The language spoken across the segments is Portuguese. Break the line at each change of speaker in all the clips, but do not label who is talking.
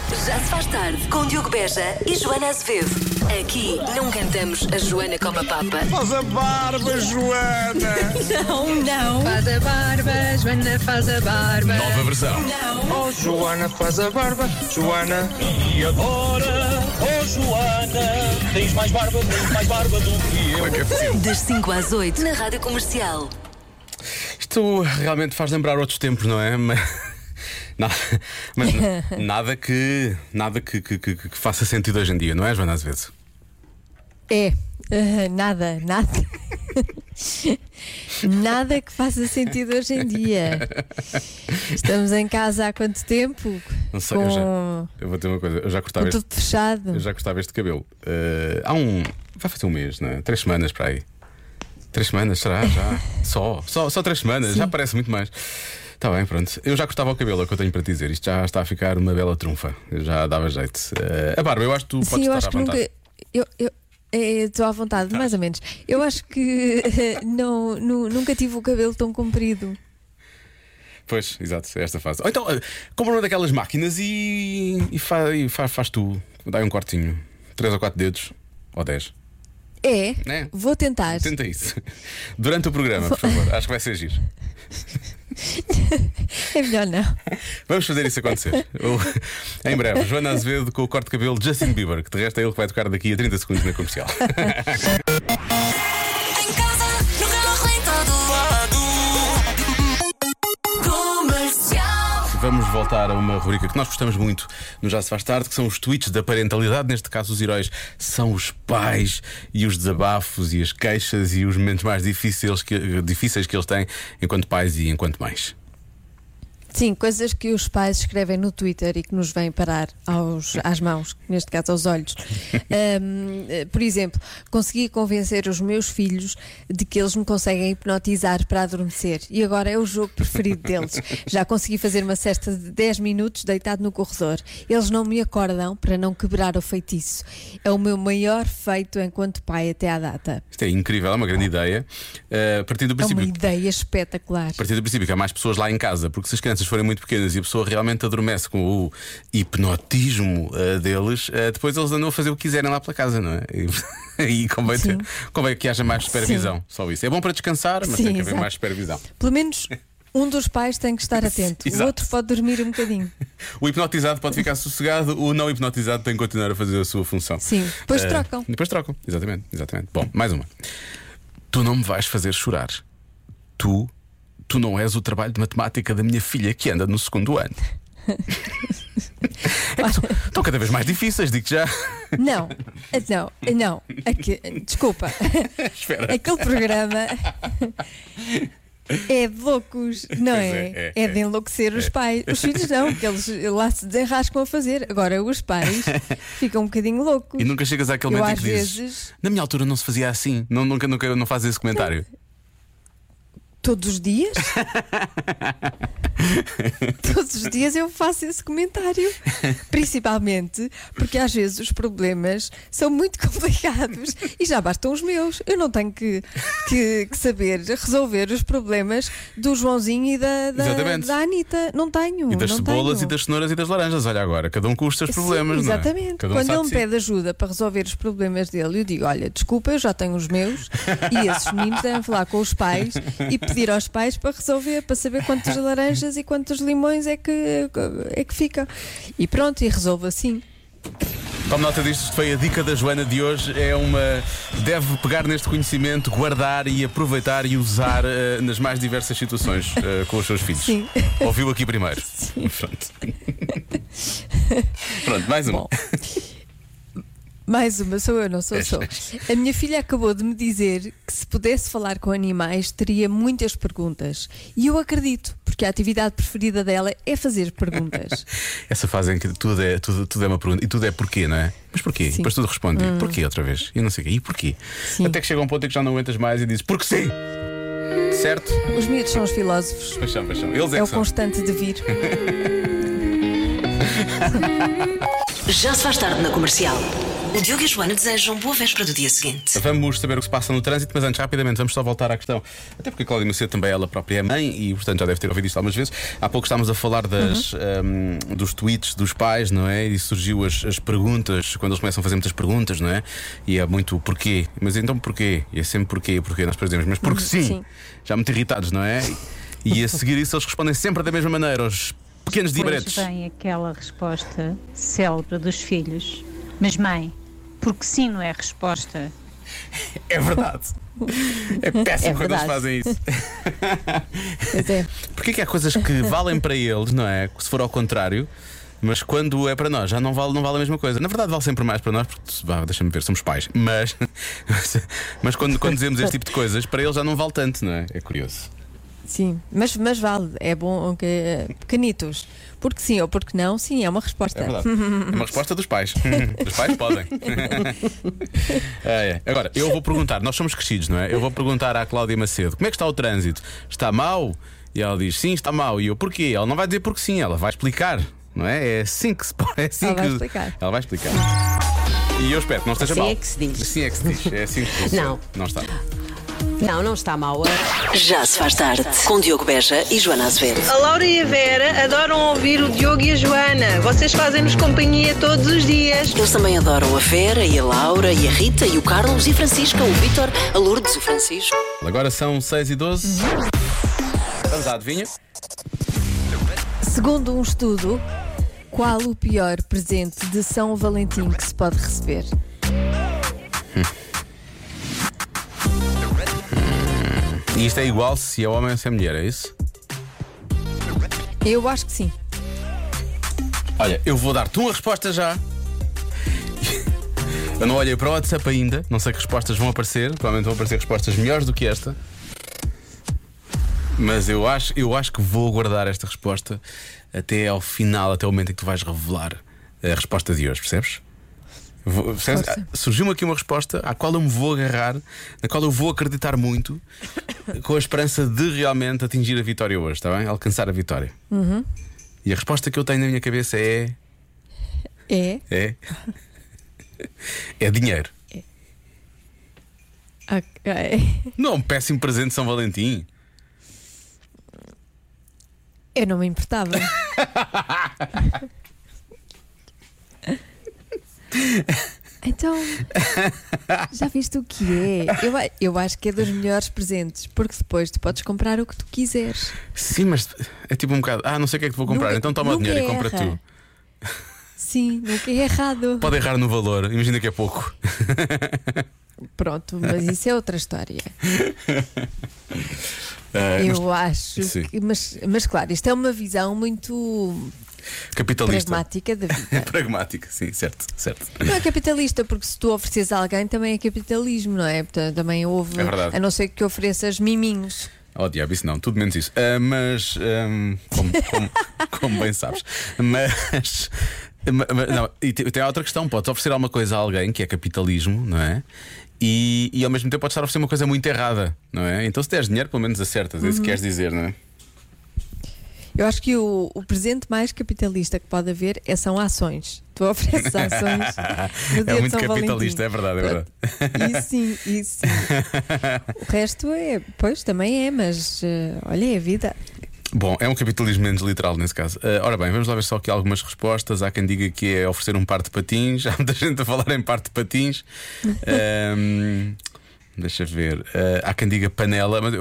Já se faz tarde com Diogo Beja e Joana Azevedo. Aqui não cantamos a Joana como a Papa.
Faz a barba, Joana!
Não, não,
Faz a barba, Joana faz a barba.
Nova versão.
não.
Oh, Joana, faz a barba, Joana.
E agora, oh Joana, tens mais barba, tens mais barba do que eu.
Das 5 às 8 na Rádio Comercial.
Isto realmente faz lembrar outros tempos, não é? Mas, na- mas na- nada que nada que, que- que- que faça sentido hoje em dia, não é, Joana? Às vezes.
É, ah, nada, nada. nada que faça sentido hoje em dia. Estamos em casa há quanto tempo?
Não sei, eu, já,
com
eu vou ter uma coisa. Eu já cortava,
com
este,
tudo fechado.
eu já cortava este cabelo. Eh, há um. Vai fazer um mês, não é? Três semanas para aí. Três semanas, será? Já? só, só, só três semanas, já parece muito mais. Está bem, pronto. Eu já cortava o cabelo, é o que eu tenho para te dizer. Isto já está a ficar uma bela trunfa. Eu Já dava jeito. Eh, a barba, eu acho que tu podes
Sim, eu
estar
acho
à
que
vontade. Tá.
nunca. Eu, eu, é, Estou à vontade, mais ou menos. Eu acho que eh, não, nu- nunca tive o cabelo tão comprido.
Pois, exato, é esta fase. Ou então, eh, compra uma daquelas máquinas e, e, fa- e fa- faz tu. Dá um cortinho. Três ou quatro dedos. Ou dez.
É,
É.
vou tentar.
Tenta isso. Durante o programa, por favor. Acho que vai ser giro.
É melhor não.
Vamos fazer isso acontecer. O- em breve, Joana Azevedo com o corte de cabelo de Justin Bieber, que de resto é ele que vai tocar daqui a 30 segundos na comercial.
Em casa, no carro, em todo lado. Comercial.
Vamos voltar a uma rubrica que nós gostamos muito no Já Se Faz Tarde, que são os tweets da parentalidade. Neste caso, os heróis são os pais e os desabafos e as queixas e os momentos mais difíceis que, difíceis que eles têm enquanto pais e enquanto mães.
Sim, coisas que os pais escrevem no Twitter e que nos vêm parar aos, às mãos, neste caso aos olhos. Ahm, eh, por exemplo, consegui convencer os meus filhos de que eles me conseguem hipnotizar para adormecer e agora é o jogo preferido deles. Já consegui fazer uma cesta de 10 minutos deitado no corredor. Eles não me acordam para não quebrar o feitiço. É o meu maior feito enquanto pai até à data.
Isto é incrível, é uma grande ideia. Uh, partindo do
Oh. É uma
princípio.
ideia espetacular.
A partir do princípio que há mais pessoas lá em casa, porque se as crianças forem muito pequenas e a pessoa realmente adormece com o hipnotismo ah, deles, ah, depois eles andam a fazer o que quiserem lá pela casa, não é? E, e convém, ter- convém que haja mais supervisão, só isso. É bom para descansar, mas
Sim,
tem que haver
exato.
mais supervisão.
Pelo menos um dos pais tem que estar atento. O
Exato.
outro pode dormir um bocadinho.
O hipnotizado pode ficar sossegado, o não hipnotizado tem que continuar a fazer a sua função.
Sim, depois
Ah,
trocam.
Depois trocam, exatamente, exatamente. Bom, mais uma. Tu não me vais fazer chorar. Tu, tu não és o trabalho de matemática da minha filha que anda no segundo ano. É que são- Estão cada vez mais difíceis, digo já.
Não, não, não. Aque- desculpa.
Espera.
Aquele programa é de loucos, não
Pois
é?
é,
É,
é,
de
é.
enlouquecer os pais. Os filhos não, que eles lá se desenrascam a fazer. Agora os pais ficam um bocadinho loucos.
E nunca chegas àquele
Eu
momento em
às
que dizes.
vezes-
Na minha altura não se fazia assim. Não, nunca, nunca não fazes esse comentário.
Todos os dias? Todos os dias eu faço esse comentário. Principalmente porque às vezes os problemas são muito complicados e já bastam os meus. Eu não tenho que, que- que saber resolver os problemas do Joãozinho e da, da,
Exatamente.
da Anitta. Não tenho.
E das
não
cebolas
tenho.
e das cenouras e das laranjas. Olha agora, cada um com os seus problemas,
Sim,
não é?
exatamente.
Cada um
Quando
sabe
ele
de
me
si.
pede ajuda para resolver os problemas dele, eu digo: Olha, desculpa, eu já tenho os meus e esses meninos devem falar com os pais e pedir aos pais para resolver, para saber quantas laranjas e quantos limões é que, é que fica. E pronto, e resolvo assim.
Tome nota disto, isto foi a dica da Joana de hoje. É uma. Deve pegar neste conhecimento, guardar e aproveitar e usar eh, nas mais diversas situações eh, com os seus filhos.
Sim.
Ouviu aqui primeiro. Sim. Pronto. Pronto, mais uma.
Bom. Mais uma, sou eu, não sou sou. A minha filha acabou de me dizer que se pudesse falar com animais teria muitas perguntas. E eu acredito, porque a atividade preferida dela é fazer perguntas.
Essa fase em que tudo é, tudo, tudo é uma pergunta e tudo é porquê, não é? Mas porquê? E
Sim. Hum.
depois tudo responde. Porquê outra vez? E não sei o quê. E porquê?
Sim.
Até que chega um ponto em que já não aguentas mais e dizes porque sim! Certo?
Os miúdos são os filósofos.
Paixão, paixão. Eles é,
É o
que são.
constante de vir.
Já se faz tarde na Comercial. O Diogo e a Joana desejam boa véspera do dia seguinte.
Vamos saber o que se passa no trânsito, mas antes, rapidamente, vamos só voltar à questão. Até porque a Cláudia Macedo também ela própria é mãe e, portanto, já deve ter ouvido isto algumas vezes. Há pouco estávamos a falar das, ehm, dos tweets dos pais, não é? E surgiu as, as perguntas, quando eles começam a fazer muitas perguntas, não é? E é muito porquê. Mas então porquê? E é sempre porquê, porquê nós depois dizemos, mas porque sim.
sim.
Já muito irritados, não é? E a seguir isso eles respondem sempre da mesma maneira, aos pequenos
Depois
diabretes.
vem aquela resposta célebre dos filhos. Mas mãe, porque sim não é a resposta.
É verdade. É péssimo quando
verdade.
eles fazem isso.
Pois é.
Porquê que há coisas que valem para eles, não é? Se for ao contrário, mas quando é para nós, já não vale, não vale a mesma coisa. Na verdade, vale sempre mais para nós, porque vá, deixa-me ver, somos pais. Mas, mas quando, quando dizemos este tipo de coisas, para eles já não vale tanto, não é? É curioso.
Sim, mas, mas vale, é bom que pequenitos. Porque sim ou porque não, sim, é uma resposta.
É verdade. É uma resposta dos pais. Os pais podem. É, é. Agora, eu vou perguntar, nós somos crescidos, não é? Eu vou perguntar à Cláudia Macedo como é que está o trânsito? Está mau? E ela diz sim, está mau. E eu porquê? Ela não vai dizer porque sim, ela vai explicar, não é? É assim que se pode. É assim
Ela vai
que-
explicar.
Ela vai explicar. E eu espero que não esteja
Assim
mal.
é que se diz.
Assim é que se diz. É assim que se diz.
Não.
Não está.
Não, não está mal.
Já se faz tarde com Diogo Beja e Joana Azevedo.
A Laura e a Vera adoram ouvir o Diogo e a Joana. Vocês fazem-nos companhia todos os dias.
Eles também adoram a Vera e a Laura e a Rita e o Carlos e a Francisca, o Vítor, a Lourdes, o Francisco.
Agora são 6 e 12. Vamos à adivinha.
Segundo um estudo, qual o pior presente de São Valentim que se pode receber?
E isto é igual se é homem ou se é mulher, é isso?
Eu acho que sim.
Olha, eu vou dar-te uma resposta já. Eu não olhei para o WhatsApp ainda, não sei que respostas vão aparecer, provavelmente vão aparecer respostas melhores do que esta. Mas eu acho, eu acho que vou guardar esta resposta até ao final, até o momento em que tu vais revelar a resposta de hoje, percebes? Vou- percebes?
Força.
Ah, Surgiu-me aqui uma resposta à qual eu me vou agarrar, na qual eu vou acreditar muito, com a esperança de realmente atingir a vitória hoje, está bem? Alcançar a vitória. E a resposta que eu tenho na minha cabeça é.
É?
É. É dinheiro.
Ok.
Não, um péssimo presente de São Valentim.
Eu não me importava. Então, já viste o que é? Eu, a- eu acho que é dos melhores presentes, porque depois tu podes comprar o que tu quiseres.
Sim, mas é tipo um bocado. Ah, não sei o que é que te vou comprar.
Nunca-
então toma o
nunca é
dinheiro e compra
erra.
tu.
Sim, nunca é errado.
Pode errar no valor, imagina que é pouco.
Pronto, mas isso é outra história.
Eh,
eu acho
É, sim.
que. Mas, mas claro, isto é uma visão muito
Capitalista.
pragmática da
É
vida.
pragmática, sim, certo, certo.
Não é capitalista, porque se tu ofereces a alguém também é capitalismo, não é? Portanto, também houve.
É verdade.
a não ser que ofereças miminhos.
Oh, diabo, isso não, tudo menos isso. Ah, mas. ahm, como, como- como bem sabes. Mas. ma- ma- não, e te- tem a outra questão: podes oferecer alguma coisa a alguém que é capitalismo, não é? E, e ao mesmo tempo podes estar a oferecer uma coisa muito errada, não é? Então se deres dinheiro, pelo menos acertas, é isso
Uhum.
que queres dizer, não é?
Eu acho que o, o presente mais capitalista que pode haver é, são ações. Tu ofereces ações. No dia
é
de
muito
São
capitalista,
Valentim.
é verdade, é verdade.
Isso sim, isso sim. O resto é, pois também é, mas eh, olha, é a vida.
Bom, é um capitalismo menos literal nesse caso. Ah, ora bem, vamos lá ver só aqui algumas respostas. Há quem diga que é oferecer um par de patins. Há muita gente a falar em par de patins. Ahm, deixa ver. Ah, há quem diga panela, mas ah,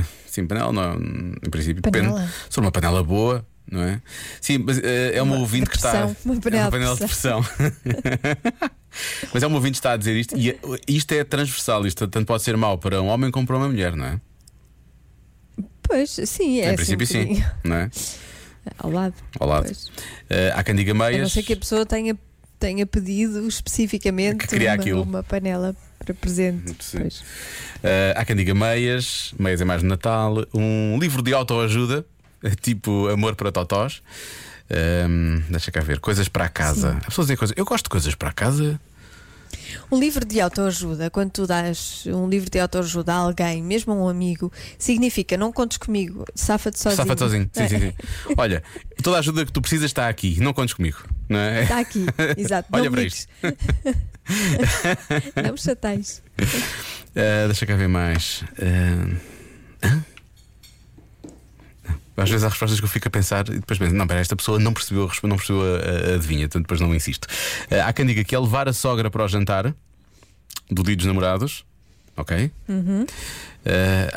ah, sim, panela não, um, em princípio
Panela.
depende. Sobre uma panela boa. Não é? Sim, mas ah, é uma, ouvinte
de
que está.
pressão, uma panela
é uma
de
panela de pressão. mas é uma ouvinte que está a dizer isto. E ah, isto é transversal, isto tanto pode ser mau para um homem como para uma mulher, não é?
Pois, sim, é
em princípio,
assim um
sim.
bocadinho
Não é?
Ao lado.
Ao lado.
Pois.
Eh, há quem diga
A não
meias.
ser que a pessoa tenha, tenha pedido especificamente
Que queria
uma,
aquilo.
uma panela para presente.
Sim.
Pois.
Eh, há quem diga meias, meias é mais no Natal. Um livro de autoajuda, eh, tipo Amor para Totós. Ehm, deixa cá ver, coisas para a casa. As pessoas dizem coisas. Eu gosto de coisas para a casa.
Um livro de autoajuda, quando tu dás um livro de autoajuda a alguém, mesmo a um amigo, significa não contes comigo, safa-te sozinho.
Safa sozinho. Sim, sim, sim. Olha, toda
Tá.
a ajuda que tu precisas está aqui. Não contes comigo. Não é?
Está aqui, exato.
Olha
não
para
ligues. Não me chateis.
Ah, deixa cá ver mais. Ah, hã? Às vezes há respostas que eu fico a pensar e depois penso, não, pera, esta pessoa não percebeu, a resp- não percebeu a, a- a adivinha, então depois não insisto. Ah, há quem diga que é levar a sogra para o jantar do dia dos namorados, ok? Ah,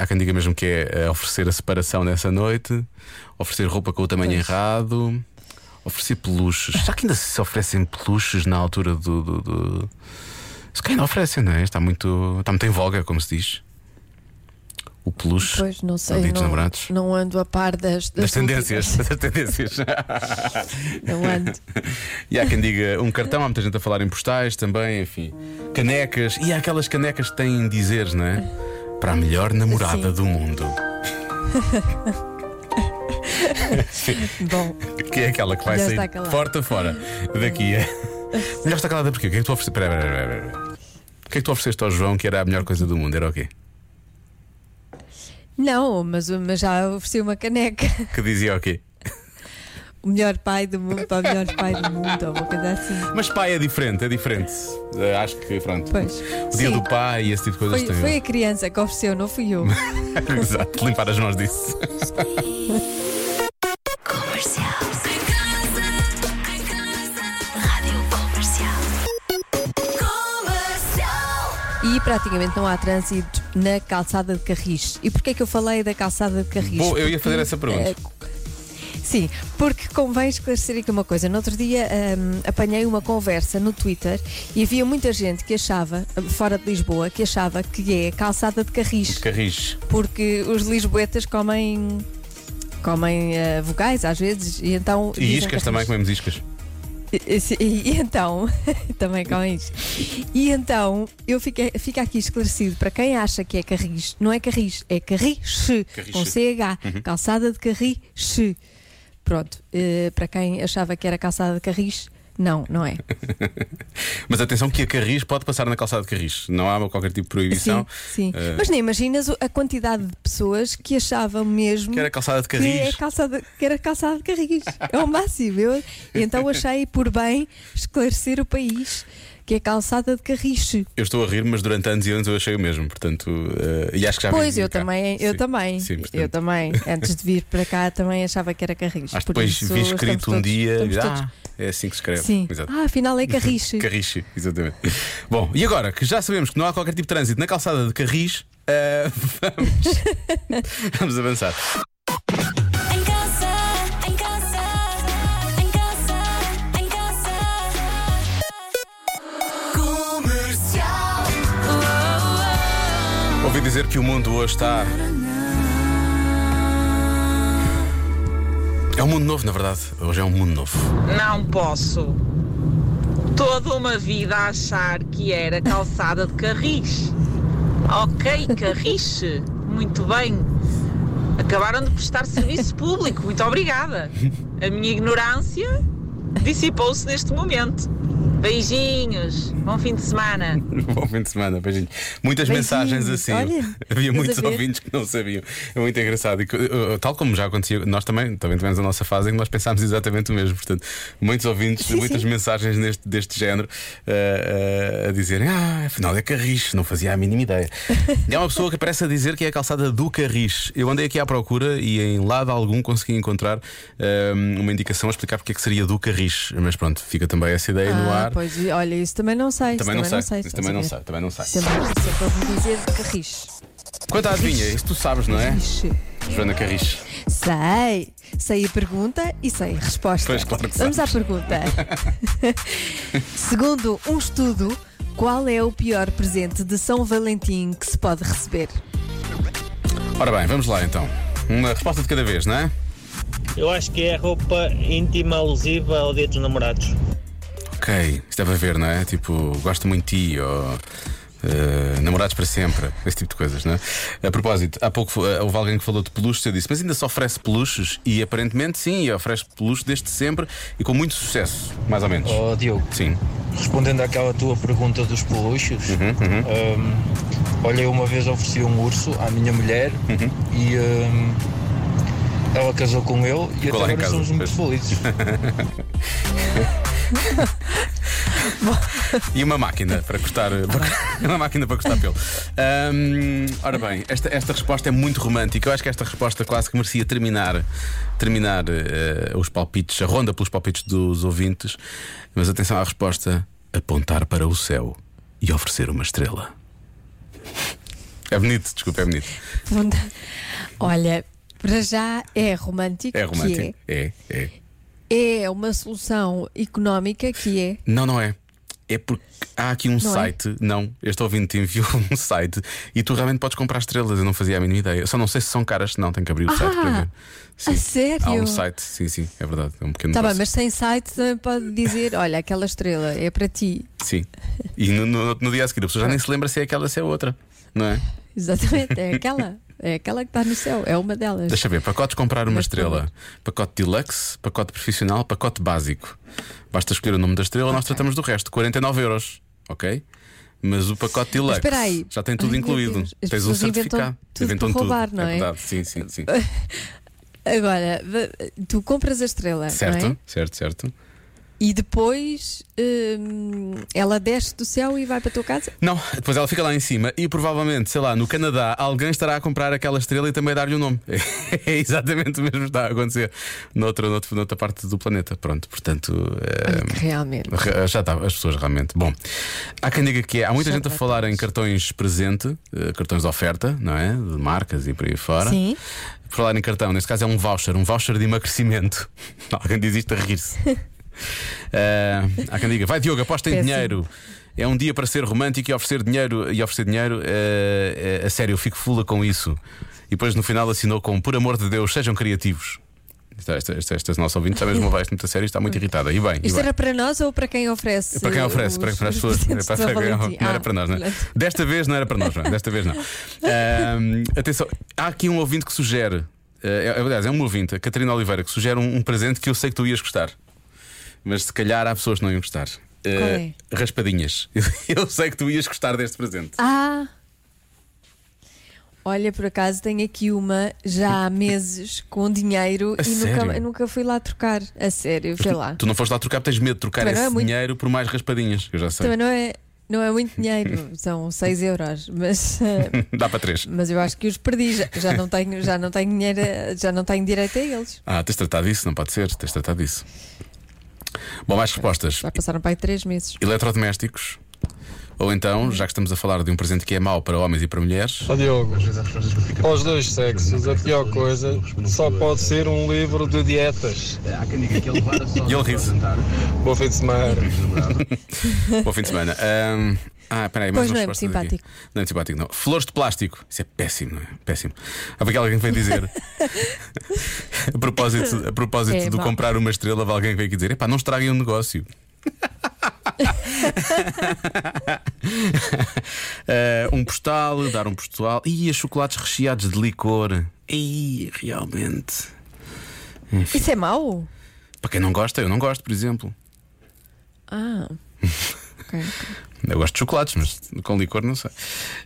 há quem diga mesmo que é ah, oferecer a separação nessa noite, oferecer roupa com o tamanho errado, oferecer peluches. Será que ainda se oferecem peluches na altura do. do, do... Se calhar ainda oferecem, não é? Está muito, está muito em voga, como se diz. O peluche.
Pois não
ao
sei.
dia dos
Não,
namorados.
não ando a par das,
Das
das
tendências,
últimas.
das tendências.
Não ando.
e há quem diga um cartão, há muita gente a falar em postais também, enfim. Canecas, e há aquelas canecas que têm dizeres, não é? Para a melhor namorada
Sim.
do mundo.
Bom,
Que é aquela que vai
Já
sair
está calada.
porta fora daqui a. Melhor está calada porquê? O que é que tu ofereceste? Pera, pera, pera, pera, pera. O que é que tu ofereceste ao João que era a melhor coisa do mundo? Era o quê?
não, mas, mas já ofereci uma caneca.
Que dizia o quê?
O melhor pai do mundo para o melhor pai do mundo, ou uma coisa assim.
Mas pai é diferente, é diferente. Eh, acho que pronto.
Pois.
O dia
Sim.
do pai e esse tipo de coisas
Foi,
tem.
foi a criança que ofereceu, não fui eu.
Exato, limpar as mãos disso.
Comercial. Em casa, em casa. Rádio Comercial. Comercial.
E praticamente não há trânsito na calçada de Carris. E porquê é que eu falei da calçada de Carris?
Bom, eu ia fazer essa pergunta.
Sim, porque convém esclarecer aqui uma coisa. No outro dia hum, apanhei uma conversa no Twitter e havia muita gente que achava, fora de Lisboa, que achava que é calçada de Carris.
Carris.
porque os lisboetas comem comem eh, vogais às vezes e então
E
dizem
iscas
carris.
também, comemos iscas.
E- e- e, e então também comem iscas e então eu fiquei fica aqui esclarecido para quem acha que é carris não é carris é carriche
Carriche.
com ch
Uhum.
calçada de carriche pronto eh, para quem achava que era calçada de carris não não é
Mas atenção que a carris pode passar na calçada de carris. Não há qualquer tipo de proibição.
sim sim
Eh,
mas nem imaginas o- a quantidade de pessoas que achavam mesmo
Que era calçada de
que, é
carris.
calçada, que era calçada de carris. É o máximo. Eu, então achei por bem esclarecer o país que é calçada de carris.
Eu estou a rir, mas durante anos e anos eu achei o mesmo. Portanto, eh, e acho que já
Pois,
vim
eu
cá.
também, eu
Sim.
também,
Sim,
eu
portanto.
também. Antes de vir para cá também achava que era carris.
Acho que
Por
depois
isso,
vi
estamos
escrito um
todos-
dia.
estamos todos-
Ah, é assim que se escreve.
Sim.
Exato.
Ah, afinal é carris.
Carris, exatamente. Bom, e agora que já sabemos que não há qualquer tipo de trânsito na calçada de Carris, eh, vamos, vamos avançar.
Em casa, em casa. Em casa, em casa. Comercial.
Ouvi dizer que o mundo hoje está. É um mundo novo, na verdade. Hoje é um mundo novo.
Não posso. Toda uma vida a achar que era calçada de carris. Ok, carriche. Muito bem. Acabaram de prestar serviço público. Muito obrigada. A minha ignorância dissipou-se neste momento. Beijinhos. Bom fim de semana.
Bom fim de semana, beijinho. Muitas
Beijinhos,
mensagens assim.
olha,
Havia
estás
muitos
a ver?
ouvintes que não sabiam. É muito engraçado. E que, uh, uh, tal como já acontecia, nós também, também tivemos a nossa fase em que nós pensámos exatamente o mesmo. Portanto, muitos ouvintes,
Sim,
muitas
sim.
mensagens neste, deste género uh, uh, a dizerem: Ah, afinal é Carris, não fazia a mínima ideia. e há uma pessoa que parece a dizer que é a calçada do Carris. Eu andei aqui à procura e em lado algum consegui encontrar um, uma indicação a explicar porque é que seria do Carris. Mas pronto, fica também essa ideia no
Ah,
ar.
pois, e olha, isso também não sei. isso
Também não sei,
sei.
isso também não
estás
sei,
a ver?
também não sei.
Sempre, sempre ouvi dizer de carris.
Quanto à adivinha, isso tu sabes, não é?
Carris.
Joana Carris.
Sei, sei a pergunta e sei a resposta.
Pois, claro que
Vamos à pergunta. Segundo um estudo, qual é o pior presente de São Valentim que se pode receber?
Ora bem, vamos lá então. Uma resposta de cada vez, não é?
Eu acho que é roupa íntima alusiva ao dia dos namorados.
Ok, isto deve haver, não é? Tipo, gosto muito de ti ou. eh, namorados para sempre, esse tipo de coisas, não é? A propósito, há pouco eh, houve alguém que falou de peluches. Eu disse, mas ainda se oferece peluches? E aparentemente sim, e oferece peluches desde sempre e com muito sucesso, mais ou menos.
Oh, Diogo,
Sim,
respondendo àquela tua pergunta dos peluches, hum, olha, eu uma vez ofereci um urso à minha mulher e hum, ela casou com ele e
Ficou lá
até
em
agora
casa,
somos muito
pois.
felizes.
E uma máquina para cortar. para- uma máquina para cortar pelo. Ahm, ora bem, esta, esta resposta é muito romântica. Eu acho que esta resposta quase que merecia terminar, terminar eh, os palpites, a ronda pelos palpites dos ouvintes. Mas atenção à resposta: apontar para o céu e oferecer uma estrela. É bonito, desculpa, é bonito.
Pergunta. Olha, para já é romântico.
É romântico. É, é.
Que é. é uma solução económica que é.
Não, não é. É porque há aqui um
Não é?
site, não, este ouvinte enviou um site e tu realmente podes comprar estrelas, eu não fazia a mínima ideia. Eu só não sei se são caras, não, tenho que abrir o site para
Ah,
ver.
a
Há
sério?
um site, sim, sim, é verdade, é um pequeno
Tá bem,
negócio.
mas sem site também pode dizer: olha, aquela estrela é para ti.
Sim. E no, no- no dia a seguir a pessoa já nem se lembra se é aquela, se é outra, não é?
Exatamente, é aquela. É aquela que está no céu, é uma delas.
Deixa ver, pacote comprar uma
Mas
estrela, pacote deluxe, pacote profissional, pacote básico. Basta escolher o nome da estrela, nós tratamos do resto, 49 euros, ok? Mas o
Mas
pacote deluxe
espera aí.
já tem
Ai,
tudo
meu
incluído.
Deus, as
Tens um
pessoas inventam tudo
certificado.
para roubar, não é?
verdade, sim, sim, sim.
Agora, v- tu compras a estrela,
certo,
não é?
certo, certo.
E depois hum, ela desce do céu e vai para a tua casa?
Não, depois ela fica lá em cima e provavelmente, sei lá, no Canadá, alguém estará a comprar aquela estrela e também a dar-lhe o nome. É exatamente o mesmo que está a acontecer noutra, noutra, noutra parte do planeta. Pronto, portanto. eh,
Olha que realmente.
Re- eh, Já está, as pessoas realmente. Bom, há quem diga que é. Há
Já
muita
tá
gente a
está
falar em cartões presente, eh, cartões de oferta, não é? De marcas e por aí fora.
Sim.
Por falar em cartão, neste caso é um voucher, um voucher de emagrecimento. Alguém diz isto a rir-se. Eh, há quem diga, vai Diogo, aposta em
Péssimo.
dinheiro. É um dia para ser romântico e oferecer dinheiro. E oferecer dinheiro, eh, eh, a sério, eu fico fula com isso. E depois no final assinou com, por amor de Deus, sejam criativos. é, Esta, esta, esta, esta nossa ouvinte está mesmo a levar isto muito a sério e está muito irritada. E bem, e
Isto é
bem.
era para nós ou para quem oferece?
É Para quem
os-
oferece, para, para as
os
pessoas. é
presentes
Para-
do
para quem-
Valentim?
não era
Ah,
para nós, não é?
portanto,
Desta vez não era para nós, não é? Desta vez não. Ahm, atenção, há aqui um ouvinte que sugere, eh, é, aliás, é um ouvinte, a Catarina Oliveira, que sugere um, um presente que eu sei que tu ias gostar, mas se calhar há pessoas que não iam gostar. Eh,
Qual é?
Raspadinhas. Eu sei que tu ias gostar deste presente.
Ah! Olha, por acaso tenho aqui uma já há meses com dinheiro
A
e nunca,
sério?
nunca fui lá trocar. A sério, sei lá.
Tu não foste lá trocar, porque tens medo de trocar
Também não
esse
é muito.
dinheiro por mais raspadinhas, que eu já sei.
Também não é, não é muito dinheiro, são 6 euros, mas, eh,
Dá para três.
mas eu acho que os perdi, já, já não tenho, já não tenho dinheiro, a- já não tenho direito a eles.
Ah, tens tratado disso? Não pode ser, tens tratado disso. Bom, mais respostas.
Já passaram para aí 3 meses.
eletrodomésticos. Ou então, já que estamos a falar de um presente que é mau para homens e para mulheres,
Ó Diogo, aos dois sexos, a pior coisa só pode ser um livro de dietas.
e ele ri-se.
Bom fim de semana.
Bom fim de semana. Ahm, ah, peraí, mais
Pois
umas
não é
respostas
muito
aqui. Não é muito simpático, não. Flores de plástico. Isso é péssimo, não é? Péssimo. Há porque alguém que vem dizer. a propósito, a propósito
É,
do
vá.
comprar uma estrela, há alguém que vem aqui dizer: epá, não estraguem o negócio. Ah, um postal, dar um postal. E os chocolates recheados de licor. Ih, realmente.
Isso é mau?
Para quem não gosta, eu não gosto, por exemplo.
Ah. ok.
Eu gosto de chocolates, mas com licor não sei.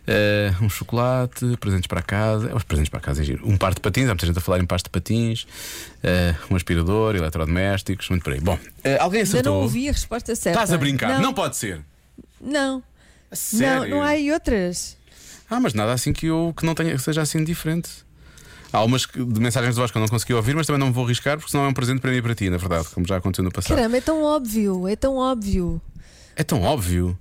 Eh, um chocolate, presentes para casa. Os presentes para casa é giro. Um par de patins, há muita gente a falar em par de patins. Eh, um aspirador, eletrodomésticos, muito por aí. Bom, eh, alguém
Ainda não
acertou.
ouvi a resposta certa.
Estás a brincar? Não,
Não,
pode ser.
não. Não,
Sério?
não há aí outras.
Ah, mas nada assim que eu que não tenha, que seja assim diferente. Há umas que- de mensagens de voz que eu não consegui ouvir, mas também não me vou arriscar porque senão é um presente para mim e para ti, na verdade, como já aconteceu no passado.
Caramba, é tão óbvio, é tão óbvio.
É tão óbvio.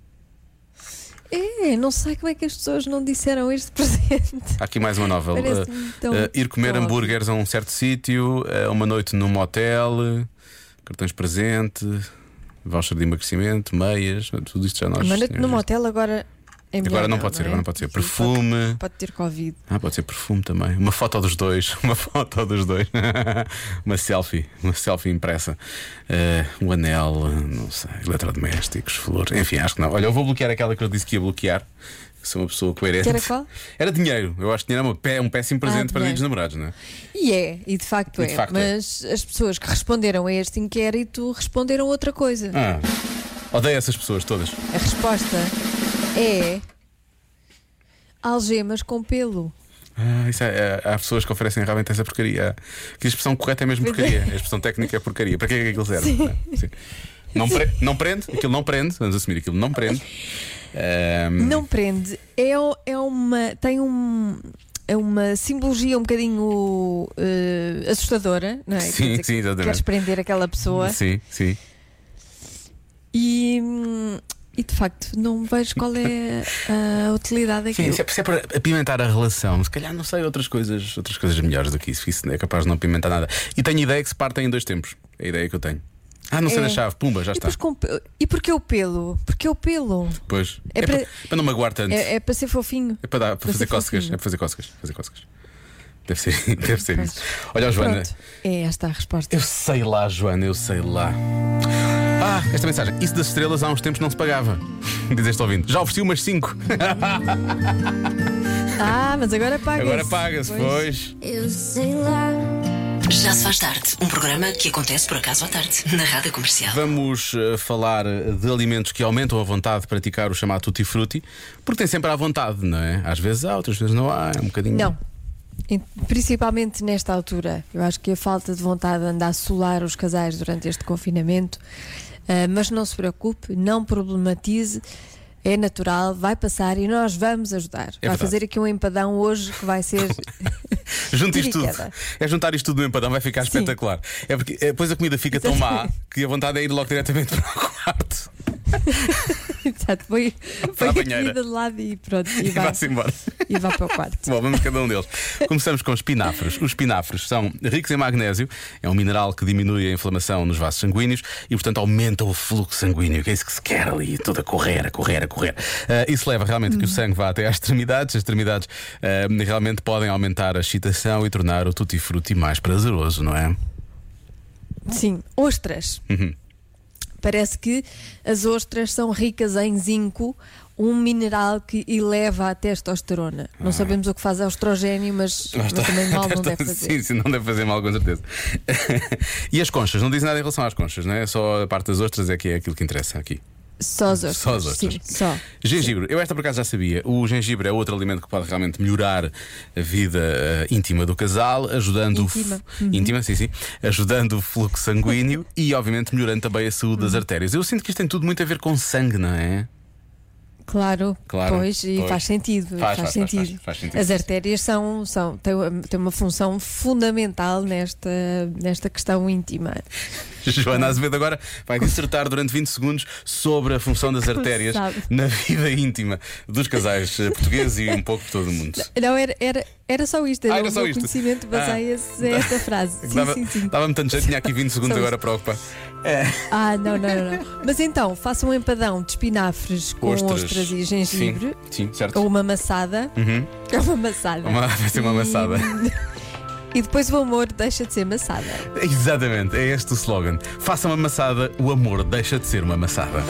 É, não sei como é que as pessoas não disseram este presente.
Há aqui mais uma nova.
Parece-me
Uh,
tão-
uh, ir comer
tão
hambúrgueres a um certo sítio, uh, uma noite num motel, uh, cartões presente, voucher de emagrecimento, meias, tudo isto já nós.
Mas
tínhamos
num
visto.
motel agora é melhor.
Agora não pode ser,
é?
agora não pode ser.
Sim,
Perfume.
Pode, pode ter Covid.
Ah, pode ser perfume também. Uma foto dos dois. Uma foto dos dois. uma selfie. Uma selfie impressa. Uh, um anel, uh, não sei. Eletrodomésticos, flores. Enfim, acho que não. Olha, eu vou bloquear aquela que eu disse que ia bloquear. Sou uma pessoa coerente.
Que era qual? Ah,
Era dinheiro. Eu acho que dinheiro é uma pé- um péssimo presente para dia
dinheiro.
dos namorados, não é?
E é, e de facto
E
é.
de facto é.
mas as pessoas que responderam a este inquérito responderam outra coisa.
Ah, odeio essas pessoas todas.
A resposta é algemas com pelo.
Ah, isso é- é- há pessoas que oferecem realmente essa porcaria. Que a expressão correta é mesmo porcaria. A expressão técnica é porcaria. Para que é que aquilo serve? Não é? Sim. Não, pre- não prende, aquilo não prende, vamos assumir aquilo, não prende. Ahm,
Não prende. É, o- é uma. Tem um. É uma simbologia um bocadinho eh, assustadora, não é?
Sim,
Quer dizer,
sim, exatamente.
Queres prender aquela pessoa
Sim, sim.
e, hum, e de facto não vejo qual é a utilidade
Sim,
daquilo.
se é, se é para apimentar a relação, se calhar não sei outras coisas, outras coisas melhores do que isso. Isso é capaz de não apimentar nada. E tenho ideia que se partem em dois tempos. É a ideia que eu tenho. Ah, não sei
É.
na chave, pumba,
E,
já está.
depois com pe- e porquê o pelo? Porquê o pelo?
Pois.
É
É,
para-
para... para não magoar tanto.
É,
É,
é para ser fofinho.
para, dar, para
para
fazer
ser
cócegas. É
fofinho.
para fazer cócegas. Fazer cócegas. Deve ser, deve ser isso. Olha, ó, Joana.
Pronto, é esta a resposta.
Eu sei lá, Joana, eu sei lá. Ah, esta mensagem. Isso das estrelas há uns tempos não se pagava. Diz este ouvinte. Já ofereci umas 5.
Ah, mas agora paga.
Agora paga-se, pois.
Eu sei lá.
Já se faz tarde. Um programa que acontece por acaso à tarde, na rádio comercial.
Vamos eh, falar eh, de alimentos que aumentam a vontade de praticar o chamado tutti frutti, porque tem sempre à vontade, não é? Às vezes há, outras vezes não há, é um bocadinho.
Não. E Principalmente nesta altura. Eu acho que a falta de vontade de andar a solar os casais durante este confinamento. Ah, mas não se preocupe, não problematize. É natural, vai passar e nós vamos ajudar. vai
É verdade.
fazer aqui um empadão hoje que vai ser.
Junta isto tudo.
Delicada.
É juntar isto tudo no empadão, vai ficar espetacular. É porque eh, depois a comida fica tão má que a vontade é ir logo diretamente para o quarto.
Exato, foi, foi
Para
a
a banheira. assim.
comida de lado e pronto. E,
E
vai,
vai-se embora.
e vai para o quarto.
Bom, vamos a cada um deles. Começamos com espinafres. Os espinafres são ricos em magnésio, é um mineral que diminui a inflamação nos vasos sanguíneos e, portanto, aumenta o fluxo sanguíneo, que é isso que se quer ali, tudo a correr, a correr, a correr. Ah, isso leva realmente a que o sangue vá até às extremidades. As extremidades ah, realmente podem aumentar a excitação e tornar o tutti-frutti mais prazeroso, não é?
Sim, ostras.
Uhum.
Parece que as ostras são ricas em zinco, um mineral que eleva a testosterona.
Ah.
Não sabemos o que faz ao estrogênio, mas, mas também mal não deve fazer.
Sim, sim, não deve fazer mal, com certeza. e as conchas? Não dizem nada em relação às conchas, não é? Só a parte das ostras é que é aquilo que interessa aqui.
Só as ostras.
Só as ostras.
Sim, só.
Gengibre, eu esta por acaso já sabia. O gengibre é outro alimento que pode realmente melhorar a vida eh, íntima do casal, ajudando
Íntima.
o f- Uhum. íntima, sim, sim, ajudando o fluxo sanguíneo e obviamente melhorando também a saúde
Uhum.
das artérias. Eu sinto que isto tem tudo muito a ver com sangue, não é?
Claro,
Claro,
pois, e
pois.
faz sentido.
Faz, faz, faz,
sentido.
faz, faz sentido.
As artérias são, são, têm, têm uma função fundamental nesta, nesta questão íntima.
Joana Azevedo agora vai dissertar durante 20 segundos sobre a função das artérias
Sabe.
na vida íntima dos casais eh, portugueses e um pouco de todo o mundo.
Não, era, era, era só isto.
Ah,
Era
era
o
só
meu
isto. Ah. É
conhecimento baseia-se a esta frase. Sim,
Dava-
sim, sim.
Dava-me tanto jeito, tinha aqui 20 segundos
Só
agora para ocupar.
Ah, não, não, não. não. Mas então, faça um empadão de espinafres com ostras, e gengibre.
Sim, sim certo.
Ou uma maçada.
Uhum.
É uma maçada.
Uma- vai ser uma amassada.
E depois o amor deixa de ser maçada.
Exatamente, é este o slogan. Faça uma amassada, o amor deixa de ser uma amassada.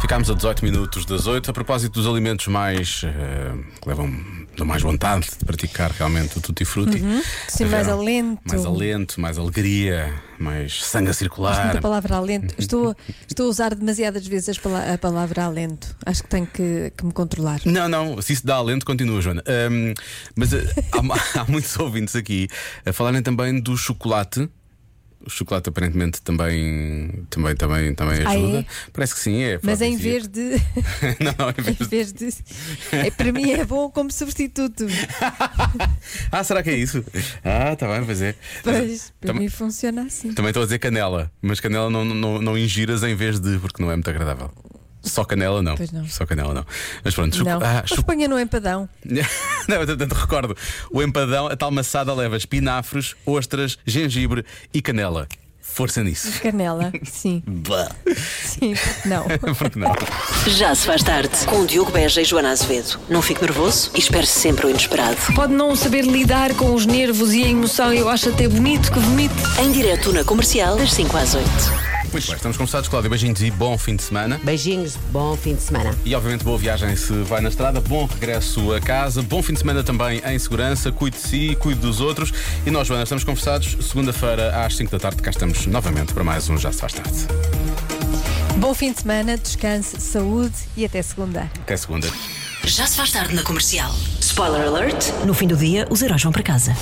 Ficámos a 18 minutos das 8 a propósito dos alimentos mais eh, que levam dão mais vontade de praticar realmente o tutti frutti.
Uhum. Sim, mais
Haverá
alento.
é. Mais alento, mais alegria, mais sangue a circular.
Gosto da palavra alento. Estou, estou a usar demasiadas vezes a pala- a palavra alento. Acho que tenho que, que me controlar.
Não, não, se isso dá alento, continua, Joana. Ahm, mas ah, há, há muitos ouvintes aqui a falarem também do chocolate. O chocolate aparentemente também, também, também, também
Ah, é?
ajuda. Parece que sim, é.
Mas em
afrodisíaco.
vez de.
não, não, em
em
vez de...
vez de. É, para mim é bom como substituto.
Ah, será que é isso? Ah, tá bem, pois é.
Pois, para
Também-
mim funciona assim.
Também estou a dizer canela, mas canela não, não, não ingiras em vez de, porque não é muito agradável. Só canela não.
Pois não.
Só canela não. Mas pronto, choco-
Não.
ah,
Mas ponha no empadão.
Não, eu tanto recordo. O empadão, a tal maçada leva espinafres, ostras, gengibre e canela. Força nisso.
Canela, sim.
Bah.
Sim, não.
Porque não?
Já se faz tarde com Diogo Beja e Joana Azevedo. Não fique nervoso e espere sempre o inesperado.
Pode não saber lidar com os nervos e a emoção. Eu acho até bonito que vomite.
Em direto na comercial, das 5 às 8.
Muito bem, estamos conversados, Cláudia. Beijinhos e bom fim de semana.
Beijinhos, bom fim de semana.
E obviamente boa viagem se vai na estrada, bom regresso a casa, bom fim de semana também em segurança, cuide de si, cuide dos outros. E nós, Joana, estamos conversados, segunda-feira às 5 da tarde, cá estamos novamente para mais um Já se faz tarde.
Bom fim de semana, descanse, saúde e até segunda.
Até segunda.
Já se faz tarde na comercial. Spoiler alert: no fim do dia, os heróis vão para casa.